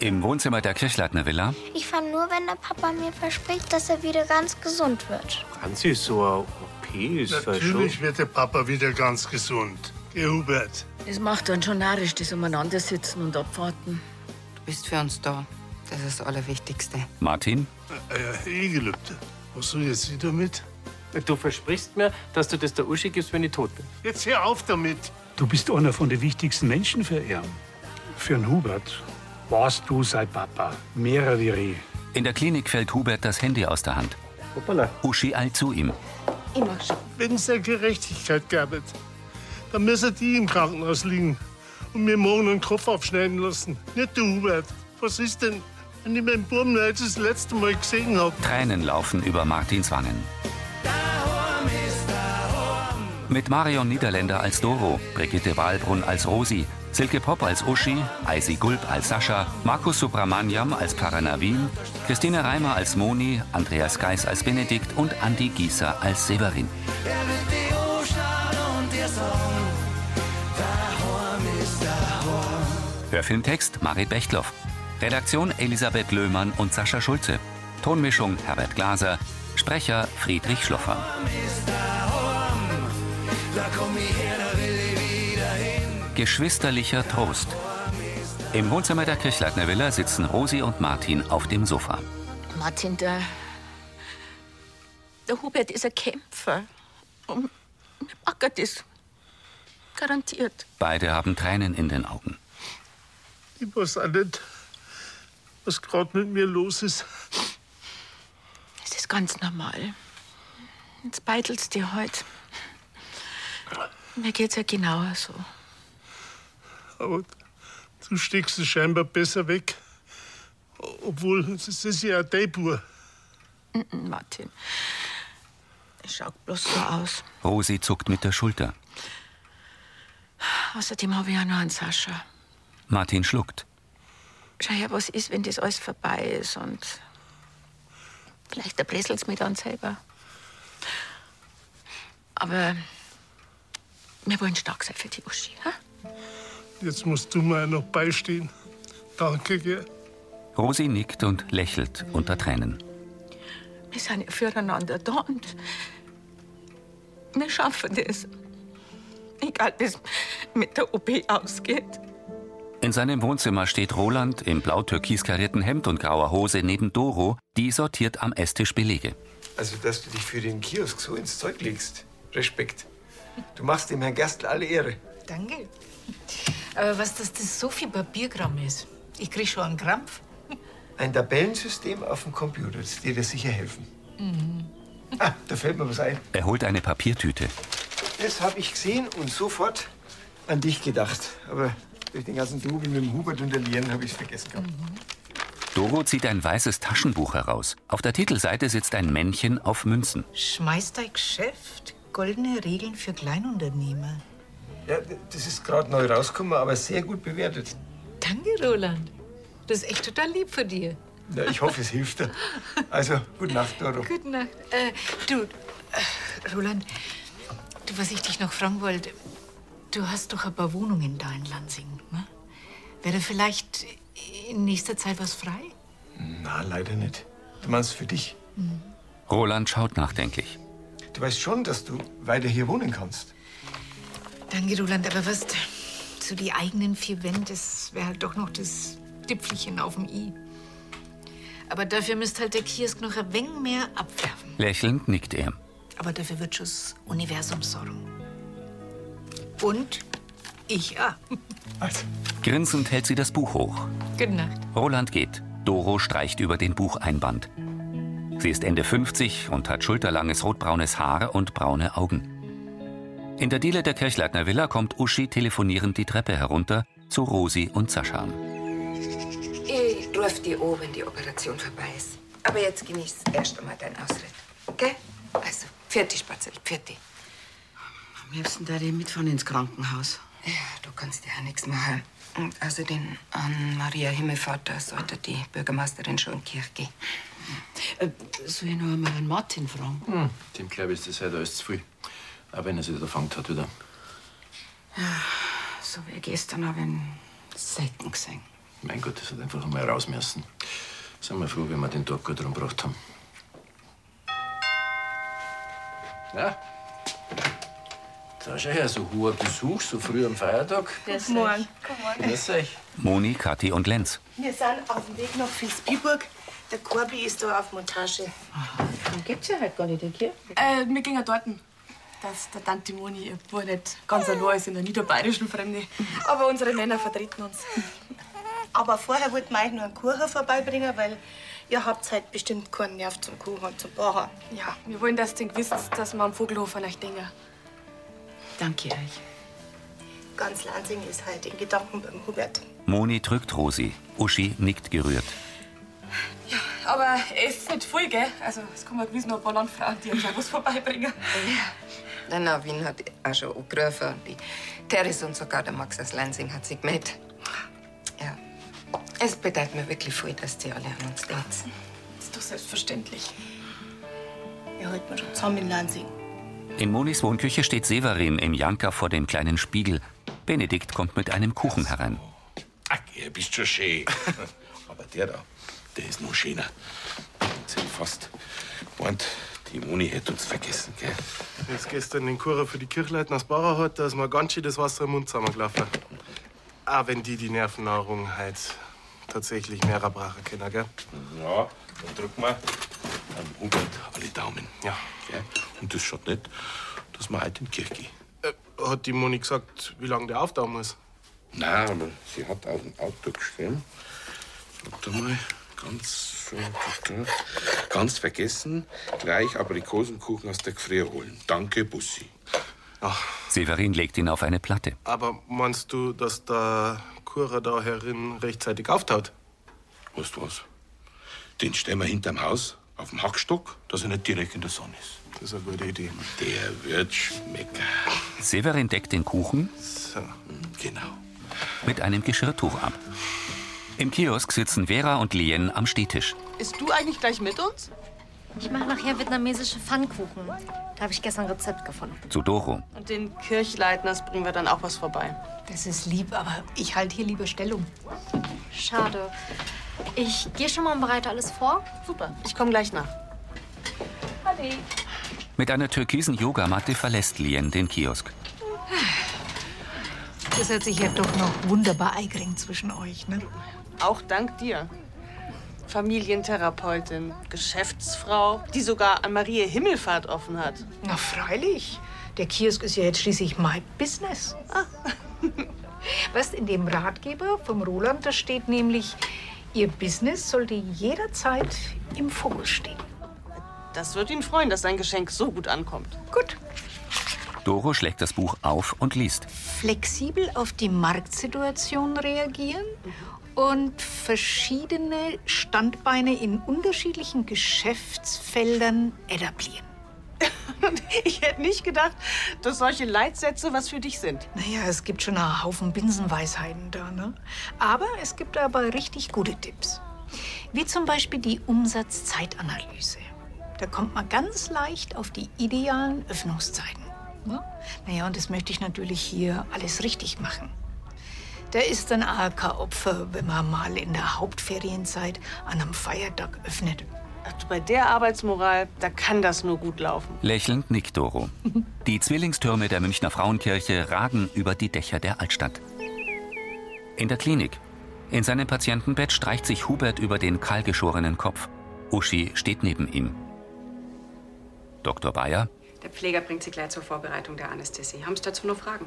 Im Wohnzimmer der Kirchleitner Villa? Ich fahre nur, wenn der Papa mir verspricht, dass er wieder ganz gesund wird. Franzi, so eine OP ist Natürlich wird der Papa wieder ganz gesund. Geh, Hubert. Es macht dann schon narrisch, das umeinander sitzen und abwarten. Du bist für uns da. Das ist das Allerwichtigste. Martin? Äh, äh, Ehegelübde. Was soll jetzt wieder mit? Du versprichst mir, dass du das der Uschi gibst, wenn ich tot bin. Jetzt hör auf damit. Du bist einer von den wichtigsten Menschen für ihn. Für den Hubert warst du sein Papa. Mehrere. In der Klinik fällt Hubert das Handy aus der Hand. Hoppala. Uschi eilt zu ihm. Ich mach schon. Wegen seiner Gerechtigkeit, Gerbert. Dann müssen die im Krankenhaus liegen und mir morgen einen Kopf abschneiden lassen. Nicht der Hubert. Was ist denn, wenn ich meinen Buben jetzt das letzte Mal gesehen habe? Tränen laufen über Martins Wangen. Mit Marion Niederländer als Doro, Brigitte Wahlbrunn als Rosi, Silke Pop als Uschi, Eisi Gulb als Sascha, Markus Subramaniam als Paranavin, Christine Reimer als Moni, Andreas Geis als Benedikt und Andi Gieser als Severin. Hörfilmtext Marit Bechtloff. Redaktion Elisabeth Löhmann und Sascha Schulze. Tonmischung Herbert Glaser. Sprecher Friedrich Schloffer. Geschwisterlicher Trost. Im Wohnzimmer der Kirchleitner Villa sitzen Rosi und Martin auf dem Sofa. Martin, der. Der Hubert ist ein Kämpfer. Um, Und ackert ist. Garantiert. Beide haben Tränen in den Augen. Ich weiß auch nicht, was gerade mit mir los ist. Es ist ganz normal. Jetzt beitelst dir heute. Mir geht's ja genauer so. Aber du steckst es scheinbar besser weg. Obwohl, es ist ja ein Debur. Mhm, Martin. Es schaut bloß so aus. Rosi zuckt mit der Schulter. Außerdem habe ich ja noch einen Sascha. Martin schluckt. Schau her, was ist, wenn das alles vorbei ist und vielleicht erpresselt's mich dann selber. Aber wir wollen stark sein für die Uschi. Ha? Jetzt musst du mir noch beistehen. Danke, gell? Rosi nickt und lächelt unter Tränen. Wir sind ja füreinander da und wir schaffen das. Egal, wie es mit der OP ausgeht. In seinem Wohnzimmer steht Roland im blau-türkis karierten Hemd und grauer Hose neben Doro, die sortiert am Esstisch Belege. Also, dass du dich für den Kiosk so ins Zeug legst. Respekt. Du machst dem Herrn Gerstl alle Ehre. Danke. Aber was, dass das so viel Papierkram ist? Ich krieg schon einen Krampf. Ein Tabellensystem auf dem Computer, das dir das sicher helfen. Mhm. Ah, da fällt mir was ein. Er holt eine Papiertüte. Das habe ich gesehen und sofort an dich gedacht. Aber durch den ganzen Double mit dem Hubert und der Lian habe ich es vergessen gehabt. Doro zieht ein weißes Taschenbuch heraus. Auf der Titelseite sitzt ein Männchen auf Münzen. Schmeißt dein Geschäft? Goldene Regeln für Kleinunternehmer. Ja, d- das ist gerade neu rausgekommen, aber sehr gut bewertet. Danke, Roland. Das ist echt total lieb von dir. Na, ich hoffe, es hilft dir. Also, gute Nacht, Doro. Gute Nacht. Äh, du, äh, Roland, du, was ich dich noch fragen wollte, du hast doch ein paar Wohnungen da in Lansing, ne? Wäre vielleicht in nächster Zeit was frei? Na, leider nicht. Du meinst für dich. Roland schaut nachdenklich. Du weißt schon, dass du weiter hier wohnen kannst. Danke, Roland, aber was, so die eigenen vier Wände, das wäre halt doch noch das Dipfelchen auf dem i. Aber dafür müsst halt der Kiosk noch ein wenig mehr abwerfen. Lächelnd nickt er. Aber dafür wird schon das Universum sorgen. Und ich auch. Also, Grinsend hält sie das Buch hoch. Gute Nacht. Roland geht. Doro streicht über den Bucheinband. Sie ist Ende 50 und hat schulterlanges rotbraunes Haar und braune Augen. In der Diele der Kirchleitner Villa kommt Uschi telefonierend die Treppe herunter zu Rosi und Sascha. Ich ruf die an, wenn die Operation vorbei ist. Aber jetzt genieß erst einmal deinen Ausritt. Gell? Also, fertig, Spatzel, fertig. Am liebsten da ich mitfahren ins Krankenhaus. Ja, du kannst ja auch nichts machen. Und außerdem an Maria Himmelfahrt, da sollte die Bürgermeisterin schon in die Kirche gehen. Äh, soll ich noch einmal einen Martin fragen? Dem glaube ich, ist das heute alles zu viel. Auch wenn er sich da fangt hat wieder. So wie gestern habe ich einen Selten gesehen. Mein Gott, das hat einfach einmal raus müssen. Sind wir froh, wenn wir den Tag gut rumgebracht haben. Ja? Da schau her, so hoher Besuch, so früh am Feiertag. Guten Morgen. Grüß euch. Moni, Kathi und Lenz. Wir sind auf dem Weg nach Vilsbiburg. Der Korbi ist da auf Montage. Dann gibt's ja halt gar nicht in die Kirche. Äh, wir gehen dort. Dass der Tante Moni ihr Bruder nicht ganz allein ist in der niederbayerischen Fremde. Aber unsere Männer vertreten uns. Aber vorher wollten wir euch nur einen Kuchen vorbeibringen, weil ihr habt halt bestimmt keinen Nerv zum Kuchen und zum Bauern. Ja, wir wollen, dass ihr wisst, dass wir am Vogelhof an euch denken. Danke euch. Ganz Lansing ist halt in Gedanken beim Hubert. Moni drückt Rosi. Uschi nickt gerührt. Aber es ist nicht viel, gell? Also, es kommen gewiss noch ein paar Landfrauen, die euch auch was vorbeibringen. Nein, nein, Wien hat auch schon angerufen. Und die Teres und sogar der Max aus Lansing hat sich gemeldet. Ja. Es bedeutet mir wirklich viel, dass die alle an uns denken. ist doch selbstverständlich. Ihr halt haltet mir schon zusammen in Lansing. In Monis Wohnküche steht Severin im Janker vor dem kleinen Spiegel. Benedikt kommt mit einem Kuchen herein. Ach, ihr bist schon schön. Aber der da, der ist noch schöner. Jetzt hätte ich fast gemeint, die Moni hätte uns vergessen, gell? Wenn's gestern den Kurer für die Kirchleitner aus Bauer hat, da ist mir ganz schön das Wasser im Mund zusammengelaufen. Auch wenn die die Nervennahrung halt tatsächlich mehrer Brache kennen, gell? Ja, dann drücken wir am Hubert alle Daumen. Ja. Gell? Und das schaut nicht, dass wir heute in die Kirche gehen. Äh, hat die Moni gesagt, wie lange der auftauen muss? Nein, aber sie hat auf dem Auto geschrieben. Warte mal, ganz, so, ganz vergessen, gleich Aprikosenkuchen aus der Gefrier holen. Danke, Bussi. Severin legt ihn auf eine Platte. Aber meinst du, dass der Kurer da herin rechtzeitig auftaut? Weißt du was? Den stellen wir hinterm Haus auf dem Hackstock, dass er nicht direkt in der Sonne ist. Das ist eine gute Idee. Der wird schmecken. Severin deckt den Kuchen Genau. mit einem Geschirrtuch ab. Im Kiosk sitzen Vera und Lien am Stehtisch. Ist du eigentlich gleich mit uns? Ich mache nachher vietnamesische Pfannkuchen. Da habe ich gestern ein Rezept gefunden. Zu Doro. Und den Kirchleitners bringen wir dann auch was vorbei. Das ist lieb, aber ich halte hier lieber Stellung. Schade. Ich gehe schon mal und bereite alles vor. Super. Ich komme gleich nach. Ade. Mit einer türkisen Yogamatte verlässt Lien den Kiosk. Das hat sich ja doch noch wunderbar eingeringt zwischen euch, ne? Auch dank dir. Familientherapeutin, Geschäftsfrau, die sogar an Marie Himmelfahrt offen hat. Na, freilich. Der Kiosk ist ja jetzt schließlich mein Business. Ah. Was in dem Ratgeber vom Roland, da steht nämlich, ihr Business sollte jederzeit im Fokus stehen. Das wird ihn freuen, dass sein Geschenk so gut ankommt. Gut. Doro schlägt das Buch auf und liest. Flexibel auf die Marktsituation reagieren und verschiedene Standbeine in unterschiedlichen Geschäftsfeldern etablieren. Ich hätte nicht gedacht, dass solche Leitsätze was für dich sind. Naja, es gibt schon einen Haufen Binsenweisheiten da, ne? Aber es gibt aber richtig gute Tipps. Wie zum Beispiel die Umsatzzeitanalyse. Da kommt man ganz leicht auf die idealen Öffnungszeiten. Ne? Naja, und das möchte ich natürlich hier alles richtig machen. Da ist dann auch kein Opfer, wenn man mal in der Hauptferienzeit an einem Feiertag öffnet. Ach, Bei der Arbeitsmoral, da kann das nur gut laufen. Lächelnd nickt Doro. Die Zwillingstürme der Münchner Frauenkirche ragen über die Dächer der Altstadt. In der Klinik. In seinem Patientenbett streicht sich Hubert über den kahlgeschorenen Kopf. Uschi steht neben ihm. Dr. Bayer, Der Pfleger bringt Sie gleich zur Vorbereitung der Anästhesie. Haben Sie dazu noch Fragen?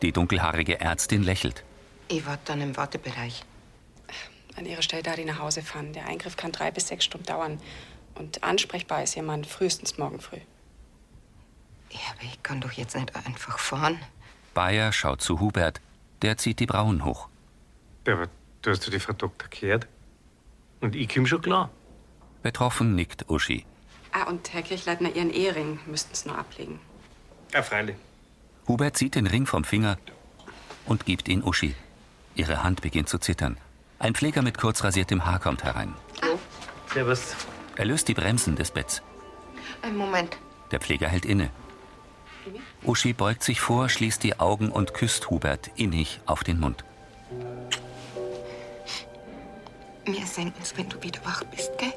die dunkelhaarige Ärztin lächelt. Ich warte dann im Wartebereich. An Ihrer Stelle darf ich nach Hause fahren. Der Eingriff kann drei bis sechs Stunden dauern. Und ansprechbar ist jemand frühestens morgen früh. Ja, aber ich kann doch jetzt nicht einfach fahren. Bayer schaut zu Hubert. Der zieht die Brauen hoch. Aber du hast du die Frau Doktor gehört? Und ich komm schon klar. Betroffen nickt Uschi. Ah, und Herr Kirchleitner, Ihren Ehering müssten Sie noch ablegen. Ja, freilich. Hubert zieht den Ring vom Finger und gibt ihn Uschi. Ihre Hand beginnt zu zittern. Ein Pfleger mit kurz rasiertem Haar kommt herein. Servus. Er löst die Bremsen des Betts. Einen Moment. Der Pfleger hält inne. Uschi beugt sich vor, schließt die Augen und küsst Hubert innig auf den Mund. Wir senken's, wenn du wieder wach bist, gell?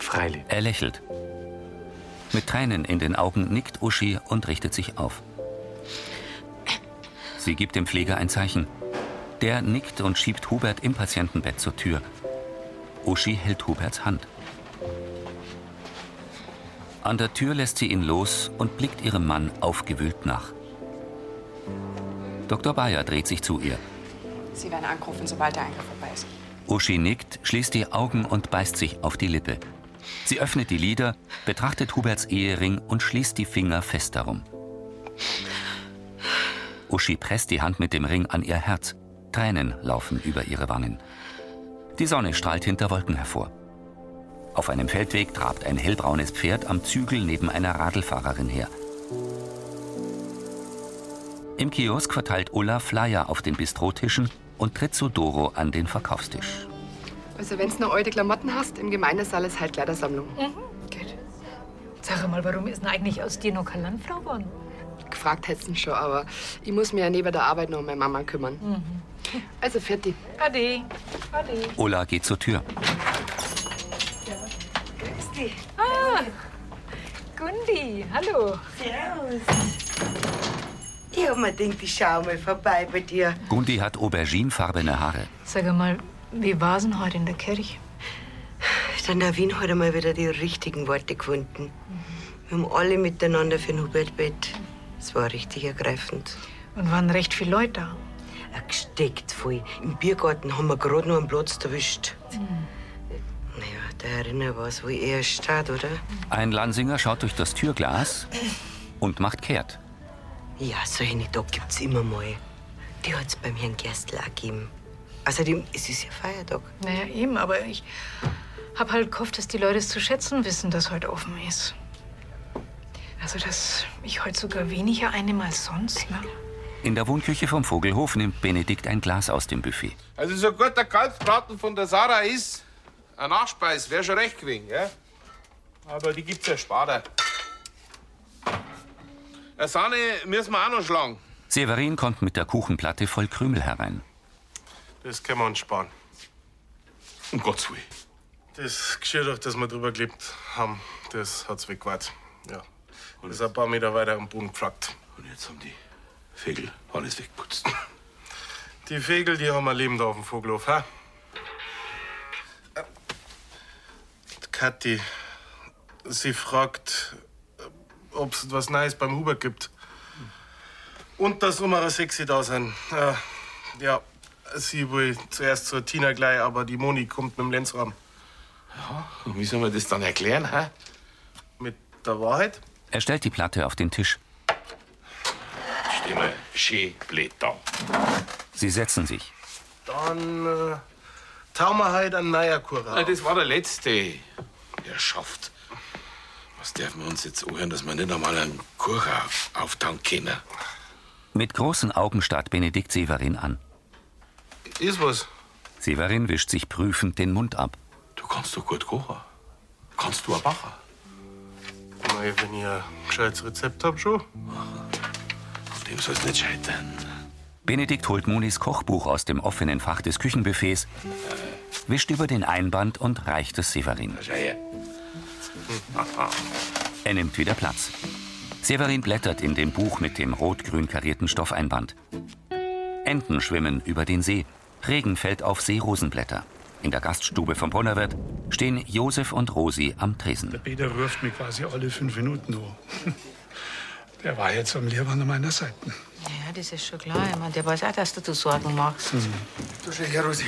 Freilich. Er lächelt. Mit Tränen in den Augen nickt Uschi und richtet sich auf. Sie gibt dem Pfleger ein Zeichen. Der nickt und schiebt Hubert im Patientenbett zur Tür. Uschi hält Huberts Hand. An der Tür lässt sie ihn los und blickt ihrem Mann aufgewühlt nach. Dr. Bayer dreht sich zu ihr. Sie werden angerufen, sobald der Eingriff vorbei ist. Uschi nickt, schließt die Augen und beißt sich auf die Lippe. Sie öffnet die Lider, betrachtet Huberts Ehering und schließt die Finger fest darum. Uschi presst die Hand mit dem Ring an ihr Herz. Tränen laufen über ihre Wangen. Die Sonne strahlt hinter Wolken hervor. Auf einem Feldweg trabt ein hellbraunes Pferd am Zügel neben einer Radlfahrerin her. Im Kiosk verteilt Ulla Flyer auf den Bistrotischen und tritt zu Doro an den Verkaufstisch. Also, wenn's noch alte Klamotten hast, im Gemeindesaal ist halt Kleidersammlung. Mhm. Sag mal, warum ist denn eigentlich aus dir noch keine Landfrau geworden? Gefragt hättest du schon, aber ich muss mir ja neben der Arbeit noch um meine Mama kümmern. Mhm. Also, fertig. Ade. Ade. Ulla geht zur Tür. Grüß dich. Ah, Gundi, hallo. Servus. Ich hab mir gedacht, ich schau mal vorbei bei dir. Gundi hat auberginefarbene Haare. Sag mal, wie war's denn heute in der Kirche? Dann der Wien hat einmal wieder die richtigen Worte gefunden. Wir haben alle miteinander für den Hubert bett. Es war richtig ergreifend. Und waren recht viele Leute da? Ein Gesteckt voll. Im Biergarten haben wir gerade noch einen Platz erwischt. Mhm. Naja, der Erinner war es wohl eher Stadt, oder? Ein Lansinger schaut durch das Türglas und macht kehrt. Ja, so eine Tag gibt's immer mal. Die hat's beim Herrn Gerstl auch gegeben. Außerdem, es ist ja Feiertag. Naja, eben, aber ich hab halt gehofft, dass die Leute es zu schätzen wissen, dass heute offen ist. Also, dass ich heute sogar weniger einnehme als sonst, ne? In der Wohnküche vom Vogelhof nimmt Benedikt ein Glas aus dem Buffet. Also so gut der Kalbsbraten von der Sarah ist, ein Nachspeis wäre schon recht gewesen, ja? Aber die gibt's ja später. Eine Sahne müssen wir auch noch schlagen. Severin kommt mit der Kuchenplatte voll Krümel herein. Das können wir uns sparen. Um Gottes Willen. Das Geschirr, durch das wir drüber gelebt haben, das hat's weggewartet. Ja. Und ist ein paar Meter weiter am Boden gepflackt. Und jetzt haben die Vögel alles weggeputzt. Die Vögel, die haben ein Leben da auf dem Vogelhof, ha? Die Kathi, sie fragt, ob es was Neues beim Huber gibt. Und dass Nummer sexy da sein. Äh, ja, sie will zuerst zur Tina gleich, aber die Moni kommt mit dem Lenz ran. Ja, und wie soll man das dann erklären, hä? Mit der Wahrheit? Er stellt die Platte auf den Tisch. Steh mal schön blöd da. Sie setzen sich. Dann äh, tauen wir halt einen neuen Kura. Ah, Das war der letzte. Er schafft. Was dürfen wir uns jetzt anhören, dass wir nicht einmal einen Kuchen auf- auftauen können? Mit großen Augen starrt Benedikt Severin an. Ist was? Severin wischt sich prüfend den Mund ab. Du kannst doch gut kochen. Kannst du auch backen? Mei, wenn ihr ein gescheites Rezept habt, schon. Auf dem soll's nicht scheitern. Benedikt holt Monis Kochbuch aus dem offenen Fach des Küchenbuffets, wischt über den Einband und reicht es Severin. Er nimmt wieder Platz. Severin blättert in dem Buch mit dem rot-grün karierten Stoffeinband. Enten schwimmen über den See. Regen fällt auf Seerosenblätter. In der Gaststube vom Brunnerwirt stehen Josef und Rosi am Tresen. Peter wirft mich quasi alle fünf Minuten an. Der war jetzt am Lehrmann an meiner Seite. Ja, das ist schon klar. Ich mein, der weiß auch, dass du dir Sorgen machst. Mhm. Du schau her, Rosi.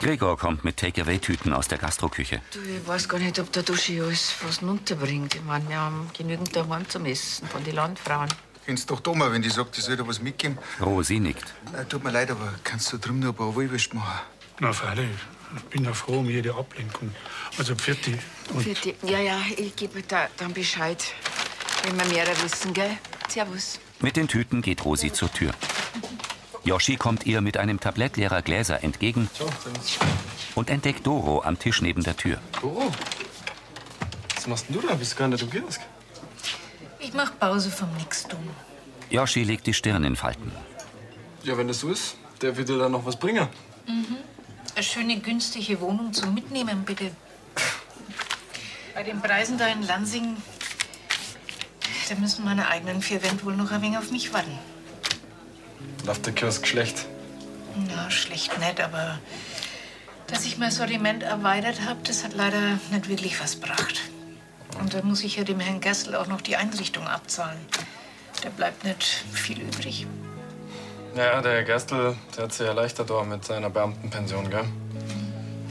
Gregor kommt mit Take-Away-Tüten aus der Gastroküche. Du, ich weiß gar nicht, ob der Dusche alles was unterbringt. Ich meine, wir haben genügend daheim zum Essen von den Landfrauen. Kennst doch Doma, wenn die sagt, ich soll da was mitgeben. Rosi nickt. Na, tut mir leid, aber kannst du drum noch ein paar Wollwürste machen? Na, freilich. Ich bin ja froh um jede Ablenkung. Also, Pfirti. Und Für die, ja, ja, ich gebe da dann Bescheid, wenn wir mehr wissen, gell? Servus. Mit den Tüten geht Rosi zur Tür. Yoshi kommt ihr mit einem Tablett leerer Gläser entgegen und entdeckt Doro am Tisch neben der Tür. Oh, Doro, was machst denn du da? Bist du gar nicht im Kiosk? Ich mach Pause vom Nixtum. Yoshi legt die Stirn in Falten. Ja, wenn das so ist, der wird dir dann noch was bringen. Mhm. eine schöne, günstige Wohnung zum Mitnehmen, bitte. Bei den Preisen da in Lansing, da müssen meine eigenen vier Wände wohl noch ein wenig auf mich warten. Läuft der Kiosk schlecht? Na, schlecht nicht, aber dass ich mein Sortiment erweitert habe, das hat leider nicht wirklich was gebracht. Und dann muss ich ja dem Herrn Gassel auch noch die Einrichtung abzahlen. Da bleibt nicht viel übrig. Ja, der Gerstl, der hat sich ja leichter da mit seiner Beamtenpension, gell?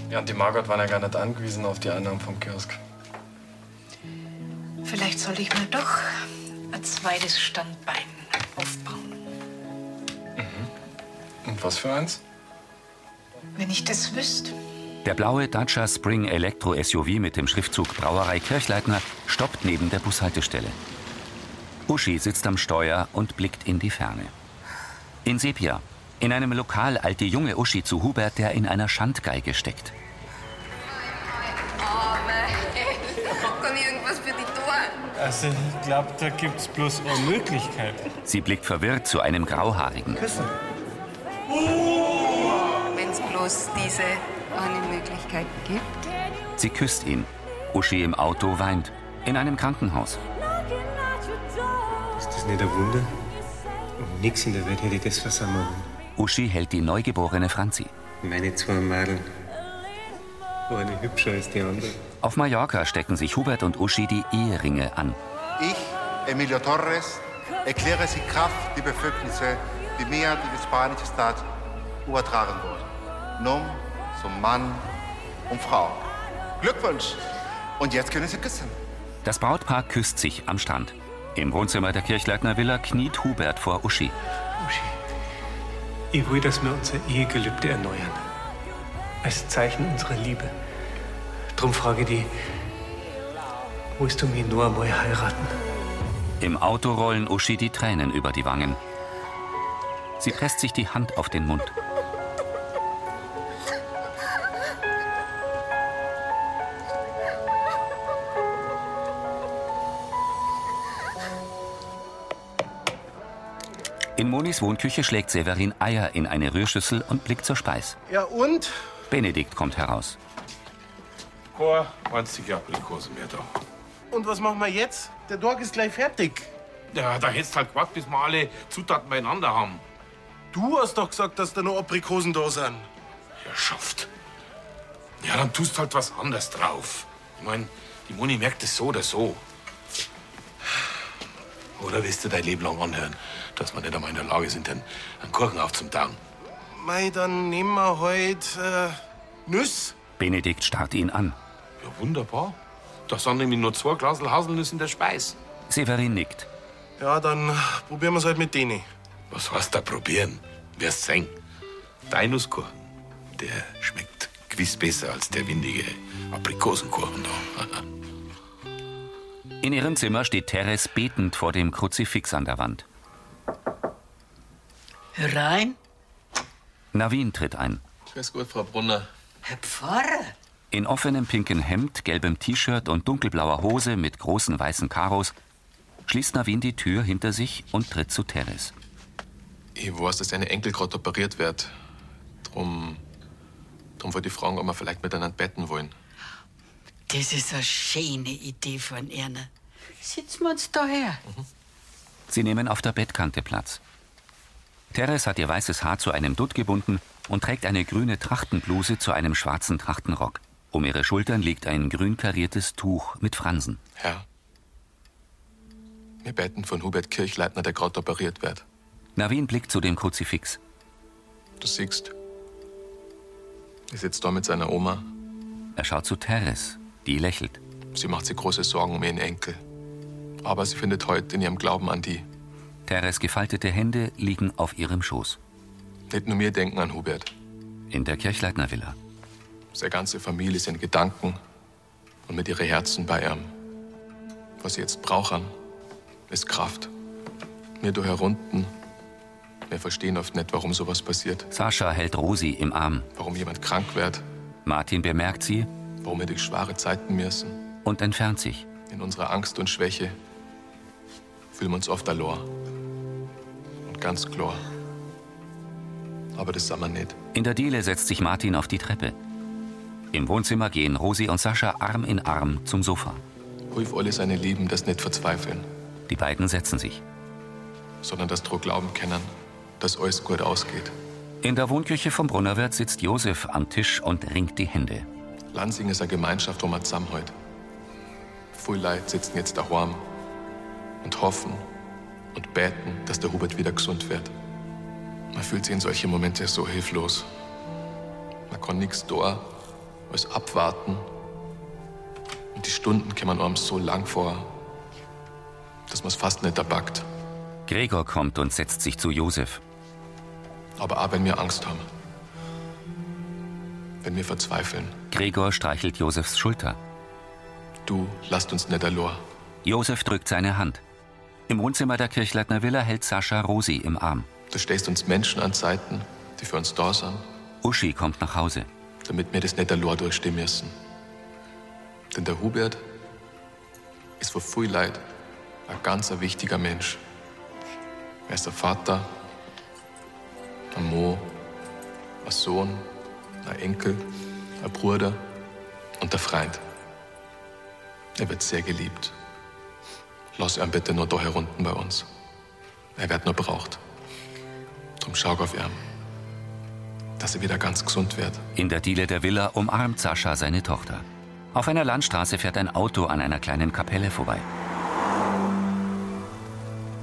Ja, und die Margot waren ja gar nicht angewiesen auf die Einnahmen vom Kiosk. Vielleicht sollte ich mir doch ein zweites Standbein aufbauen. Mhm. Und was für eins? Wenn ich das wüsste. Der blaue Dacia Spring Elektro SUV mit dem Schriftzug Brauerei Kirchleitner stoppt neben der Bushaltestelle. Uschi sitzt am Steuer und blickt in die Ferne. In Sepia. In einem Lokal eilt die junge Uschi zu Hubert, der in einer Schandgeige steckt. Kann niin, ich irgendwas für dich tun? Also, ich glaube, da gibt's bloß Unmöglichkeit. Sie blickt verwirrt zu einem Grauhaarigen. Wenn es bloß diese eine Möglichkeit gibt. Sie küsst ihn. Uschi im Auto weint. In einem Krankenhaus. Ist das nicht ein Wunder? Um nix in der Welt hätte ich das versammelt. Uschi hält die neugeborene Franzi. Meine zwei Mädeln. Eine hübscher als die andere. Auf Mallorca stecken sich Hubert und Uschi die Eheringe an. Ich, Emilio Torres, erkläre Sie Kraft die Befugnisse, die mir die spanische Staat übertragen wurde. Nun zum Mann und Frau. Glückwunsch! Und jetzt können Sie küssen. Das Brautpaar küsst sich am Strand. Im Wohnzimmer der Kirchleitner Villa kniet Hubert vor Uschi. Ich will, dass wir unser Ehegelübde erneuern. Als Zeichen unserer Liebe. Drum frage ich dich, willst du mich nur einmal heiraten? Im Auto rollen Uschi die Tränen über die Wangen. Sie presst sich die Hand auf den Mund. In Monis Wohnküche schlägt Severin Eier in eine Rührschüssel und blickt zur Speis. Ja, und? Benedikt kommt heraus. Kein einzige Aprikose mehr da. Und was machen wir jetzt? Der Tag ist gleich fertig. Ja, da hättest halt gewartet, bis wir alle Zutaten beieinander haben. Du hast doch gesagt, dass da nur Aprikosen da sind. Ja, schafft. Ja, dann tust halt was anderes drauf. Ich mein, die Moni merkt es so oder so. Oder willst du dein Leben lang anhören, dass wir nicht einmal in der Lage sind, einen einen Kuchen aufzutauen? Mei, dann nehmen wir heute äh, Nüsse. Benedikt starrt ihn an. Ja, wunderbar. Da sind nämlich nur zwei Glasel Haselnüsse in der Speis. Severin nickt. Ja, dann probieren wir es halt mit denen. Was heißt da probieren? Wirst sehen. Dein Nusskuchen, der schmeckt gewiss besser als der windige Aprikosenkuchen da. In ihrem Zimmer steht Teres betend vor dem Kruzifix an der Wand. Rein, Navin tritt ein. Grüß Gott, Frau Brunner. Herr Pfarrer. In offenem pinken Hemd, gelbem T-Shirt und dunkelblauer Hose mit großen weißen Karos schließt Navin die Tür hinter sich und tritt zu Teres. Ich weiß, dass deine Enkel gerade operiert wird. Drum, drum wollte ich fragen, ob wir vielleicht miteinander betten wollen. Das ist eine schöne Idee von Erna. Sitzen wir uns da her. Mhm. Sie nehmen auf der Bettkante Platz. Teres hat ihr weißes Haar zu einem Dutt gebunden und trägt eine grüne Trachtenbluse zu einem schwarzen Trachtenrock. Um ihre Schultern liegt ein grün kariertes Tuch mit Fransen. Herr, wir beten von Hubert Kirchleitner, der gerade operiert wird. Navin blickt zu dem Kruzifix. Du siehst, er sitzt da mit seiner Oma. Er schaut zu Teres. Die lächelt. Sie macht sich große Sorgen um ihren Enkel. Aber sie findet heute in ihrem Glauben an die. Teres gefaltete Hände liegen auf ihrem Schoß. Nicht nur wir denken an Hubert. In der Kirchleitner Villa. Seine ganze Familie ist in Gedanken und mit ihren Herzen bei ihm. Was sie jetzt brauchen, ist Kraft. Wir da herunten, wir verstehen oft nicht, warum sowas passiert. Sascha hält Rosi im Arm. Warum jemand krank wird, Martin bemerkt sie warum wir durch schwere Zeiten müssen. und entfernt sich. In unserer Angst und Schwäche fühlen wir uns oft allein. Und ganz klar. aber das sind wir nicht. In der Diele setzt sich Martin auf die Treppe. Im Wohnzimmer gehen Rosi und Sascha Arm in Arm zum Sofa. Hilf alle seine Lieben, das nicht verzweifeln, Die beiden setzen sich. sondern das Druck glauben können, dass alles gut ausgeht. In der Wohnküche vom Brunnerwirt sitzt Josef am Tisch und ringt die Hände. Lansing ist eine Gemeinschaft, wo man zusammenhält. Viele Leute sitzen jetzt daheim und hoffen und beten, dass der Hubert wieder gesund wird. Man fühlt sich in solchen Momenten so hilflos. Man kann nichts da, als abwarten. Und die Stunden kommen einem so lang vor, dass man es fast nicht erbackt. Gregor kommt und setzt sich zu Josef. Aber auch wenn wir Angst haben, wenn wir verzweifeln, Gregor streichelt Josefs Schulter. Du lasst uns nicht allein. Josef drückt seine Hand. Im Wohnzimmer der Kirchleitner Villa hält Sascha Rosi im Arm. Du stehst uns Menschen an Seiten, die für uns da sind. Uschi kommt nach Hause. Damit wir das nicht allein durchstehen müssen. Denn der Hubert ist für viel Leid ein ganz ein wichtiger Mensch. Er ist ein Vater, ein Mo, ein Sohn, ein Enkel, ein Bruder und ein Freund. Er wird sehr geliebt. Lass ihn bitte nur da herunten bei uns. Er wird nur braucht. Drum schau auf ihn, dass er wieder ganz gesund wird. In der Diele der Villa umarmt Sascha seine Tochter. Auf einer Landstraße fährt ein Auto an einer kleinen Kapelle vorbei.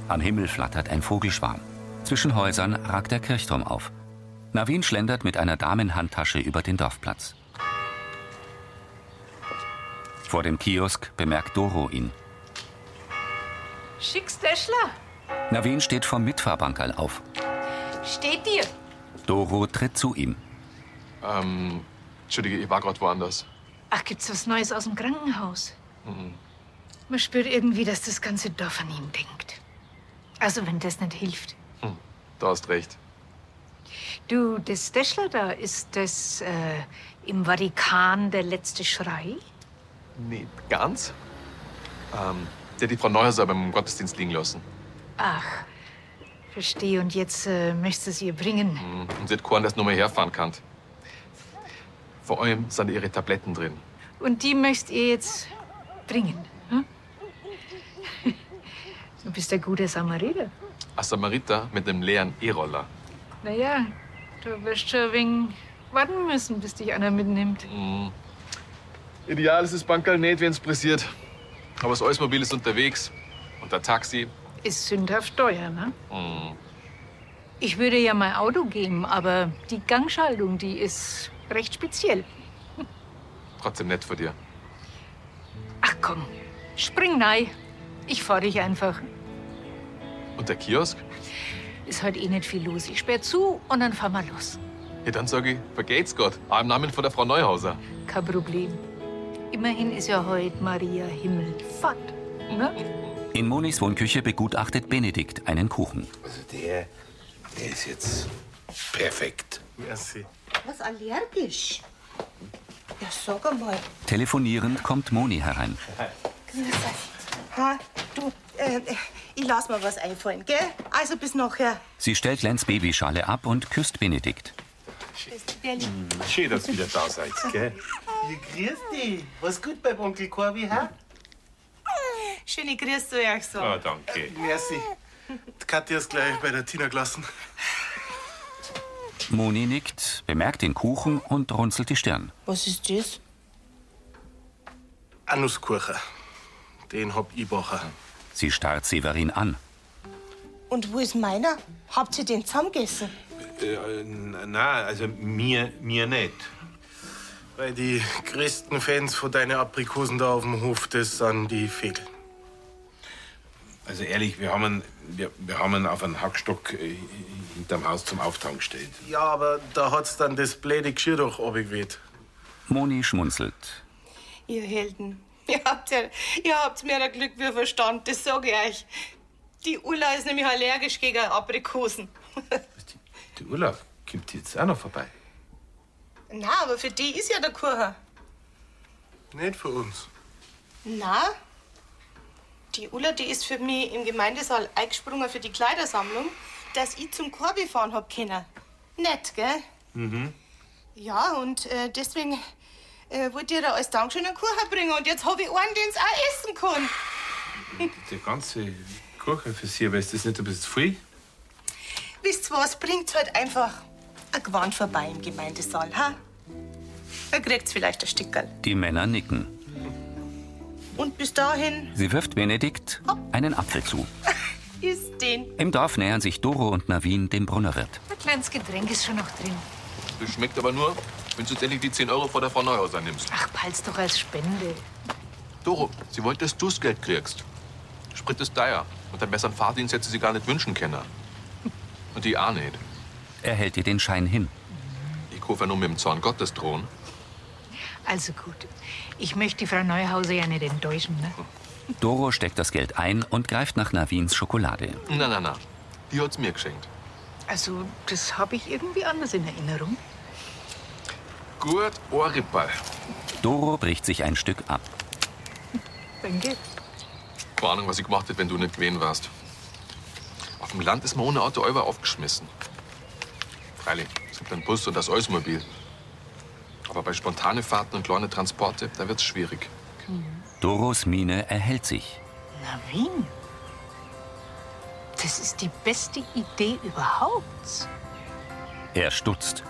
Am Himmel flattert ein Vogelschwarm. Zwischen Häusern ragt der Kirchturm auf. Navin schlendert mit einer Damenhandtasche über den Dorfplatz. Vor dem Kiosk bemerkt Doro ihn. Schick's Täschler, Navin steht vom Mitfahrbankerl auf. steht dir. Doro tritt zu ihm. Ähm, Entschuldige, ich war gerade woanders. Ach, gibt's was Neues aus dem Krankenhaus? Mhm. Man spürt irgendwie, dass das ganze Dorf an ihn denkt. Also, wenn das nicht hilft. Du hast recht. Du, das Täschler da, ist das äh, im Vatikan der letzte Schrei? Nicht ganz. Ähm, der hat die Frau Neuhauser beim Gottesdienst liegen lassen. Ach, verstehe. Und jetzt äh, möchtest du es ihr bringen. Und sie hat Korn, dass nur mehr herfahren kann. Vor allem sind ihre Tabletten drin. Und die möchtest ihr jetzt bringen. Hm? Du bist der gute Samariter. Ein Samariter mit einem leeren E-Roller. Naja, du wirst schon wegen warten müssen, bis dich einer mitnimmt. Mhm. Ideal ist das Bankerl nicht, wenn es pressiert. Aber das Eusmobil ist unterwegs. Und der Taxi. Ist sündhaft teuer, ne? Mhm. Ich würde ja mein Auto geben, aber die Gangschaltung, die ist recht speziell. Trotzdem nett von dir. Ach komm, spring rein. Ich fahr dich einfach. Und der Kiosk? Ist heute eh nicht viel los. Ich sperr zu und dann fahren wir los. Ja, dann sag ich, vergeht's Gott. Auch im Namen von der Frau Neuhauser. Kein Problem. Immerhin ist ja heute Maria Himmelfahrt, ne? In Monis Wohnküche begutachtet Benedikt einen Kuchen. Also Der, der ist jetzt perfekt. Merci. Was allergisch? Ja, sag einmal. Telefonierend kommt Moni herein. Grüß euch. Ha, du, äh, ich lass mir was einfallen, gell? Also bis nachher. Sie stellt Lenz Babyschale ab und küsst Benedikt. Schön, dass ihr wieder da seid, gell? Ja, grüß dich. Was gut beim Onkel Corby, ha? Schöne Grüße euch so. Ah, danke. Merci. Die Kathi ist gleich bei der Tina gelassen. Moni nickt, bemerkt den Kuchen und runzelt die Stirn. Was ist das? Anuskuchen. Den hab ich backen. Sie starrt Severin an. Und wo ist meiner? Habt ihr den zusammengegessen? Äh, Na, also mir, mir nicht. Weil die größten Fans von deinen Aprikosen da auf dem Hof, das sind die Fegel. Also ehrlich, wir haben ihn, wir, wir haben ihn auf einen Hackstock äh, hinterm Haus zum Auftauen gestellt. Ja, aber da hat's dann das blöde Geschirr doch runtergeweht. Moni schmunzelt. Ihr Helden, ihr habt, ja, ihr habt mehr ein Glück wie Verstand, das sag ich euch. Die Ulla ist nämlich allergisch gegen Aprikosen. Der Urlaub kommt jetzt auch noch vorbei. Na, aber für die ist ja der Kuchen. Nicht für uns. Na, die Ulla, die ist für mich im Gemeindesaal eingesprungen für die Kleidersammlung, dass ich zum Korbi fahren hab können. Nett, gell? Mhm. Ja, und äh, deswegen äh, wollte ich dir als Dankeschön einen Kuchen bringen. Und jetzt habe ich einen, den es auch essen kann. Der ganze Kuchen für Sie, aber ist das nicht ein bisschen zu viel? Wisst ihr was? Bringt's halt einfach ein Gewand vorbei im Gemeindesaal, ha? Dann kriegt's vielleicht ein Stickerl. Die Männer nicken. Und bis dahin Sie wirft Benedikt einen Apfel zu. ist den. Im Dorf nähern sich Doro und Navin dem Brunnerwirt. Ein kleines Getränk ist schon noch drin. Das schmeckt aber nur, wenn du jetzt endlich die 10 Euro vor der Frau Neuhaus annimmst. Ach, pal's doch als Spende. Doro, sie wollte, dass du's Geld kriegst. Sprit ist teuer. Und einen besseren Fahrdienst hätte sie sich gar nicht wünschen können. Und die auch nicht. Er hält ihr den Schein hin. Ich kaufe nur mit dem Zorn Gottes drohen. Also gut. Ich möchte die Frau Neuhauser ja nicht enttäuschen, ne? Doro steckt das Geld ein und greift nach Navins Schokolade. Na, na, na. Die hat's mir geschenkt. Also, das habe ich irgendwie anders in Erinnerung. Gut, Ohrrippal. Doro bricht sich ein Stück ab. Danke. Keine Ahnung, was ich gemacht hätte, wenn du nicht gewesen warst. Auf dem Land ist man ohne Auto über aufgeschmissen. Freilich, es gibt einen Bus und das Eusmobil. Aber bei spontane Fahrten und kleine Transporte, da wird's schwierig. Doros Miene erhält sich. Na, wen? Das ist die beste Idee überhaupt. Er stutzt.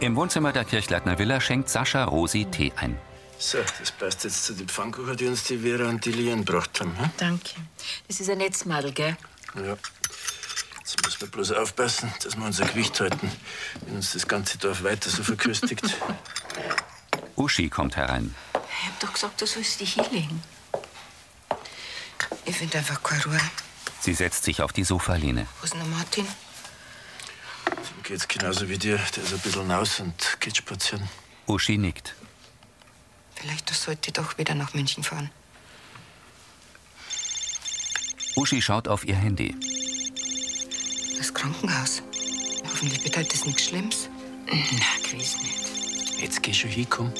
Im Wohnzimmer der Kirchleitner Villa schenkt Sascha Rosi Tee ein. So, das passt jetzt zu den Pfannkuchen, die uns die Vera und die Lien gebracht haben. Hm? Danke. Das ist ein Netzmadel, gell? Ja. Jetzt müssen wir bloß aufpassen, dass wir unser Gewicht halten, wenn uns das ganze Dorf weiter so verköstigt. Uschi kommt herein. Ich hab doch gesagt, du sollst dich hinlegen. Ich finde einfach keine Ruhe. Sie setzt sich auf die Sofalehne. Wo ist denn der Martin? Dem geht's genauso wie dir. Der ist ein bisschen raus und geht spazieren. Uschi nickt. Vielleicht sollte ich doch wieder nach München fahren. Uschi schaut auf ihr Handy. Das Krankenhaus. Hoffentlich bedeutet das nichts Schlimmes. Na, gewiss nicht. Jetzt geh schon hin, komm.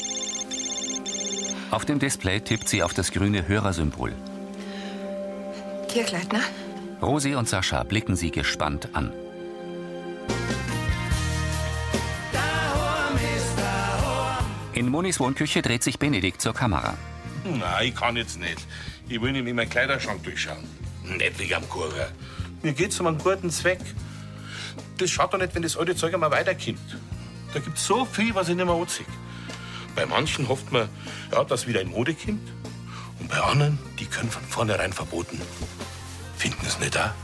Auf dem Display tippt sie auf das grüne Hörersymbol. Kirchleitner? Rosi und Sascha blicken sie gespannt an. In Monis Wohnküche dreht sich Benedikt zur Kamera. Nein, ich kann jetzt nicht. Ich will nicht in meinen Kleiderschrank durchschauen. Nicht wegen am Kuchen. Mir geht's um einen guten Zweck. Das schaut doch nicht, wenn das alte Zeug einmal weiterkommt. Da gibt's so viel, was ich nicht mehr anziehe. Bei manchen hofft man, ja, dass wieder in Mode kommt. Und bei anderen, die können von vornherein verboten. Finden es nicht da.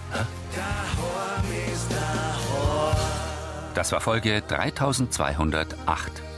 Das war Folge 3208.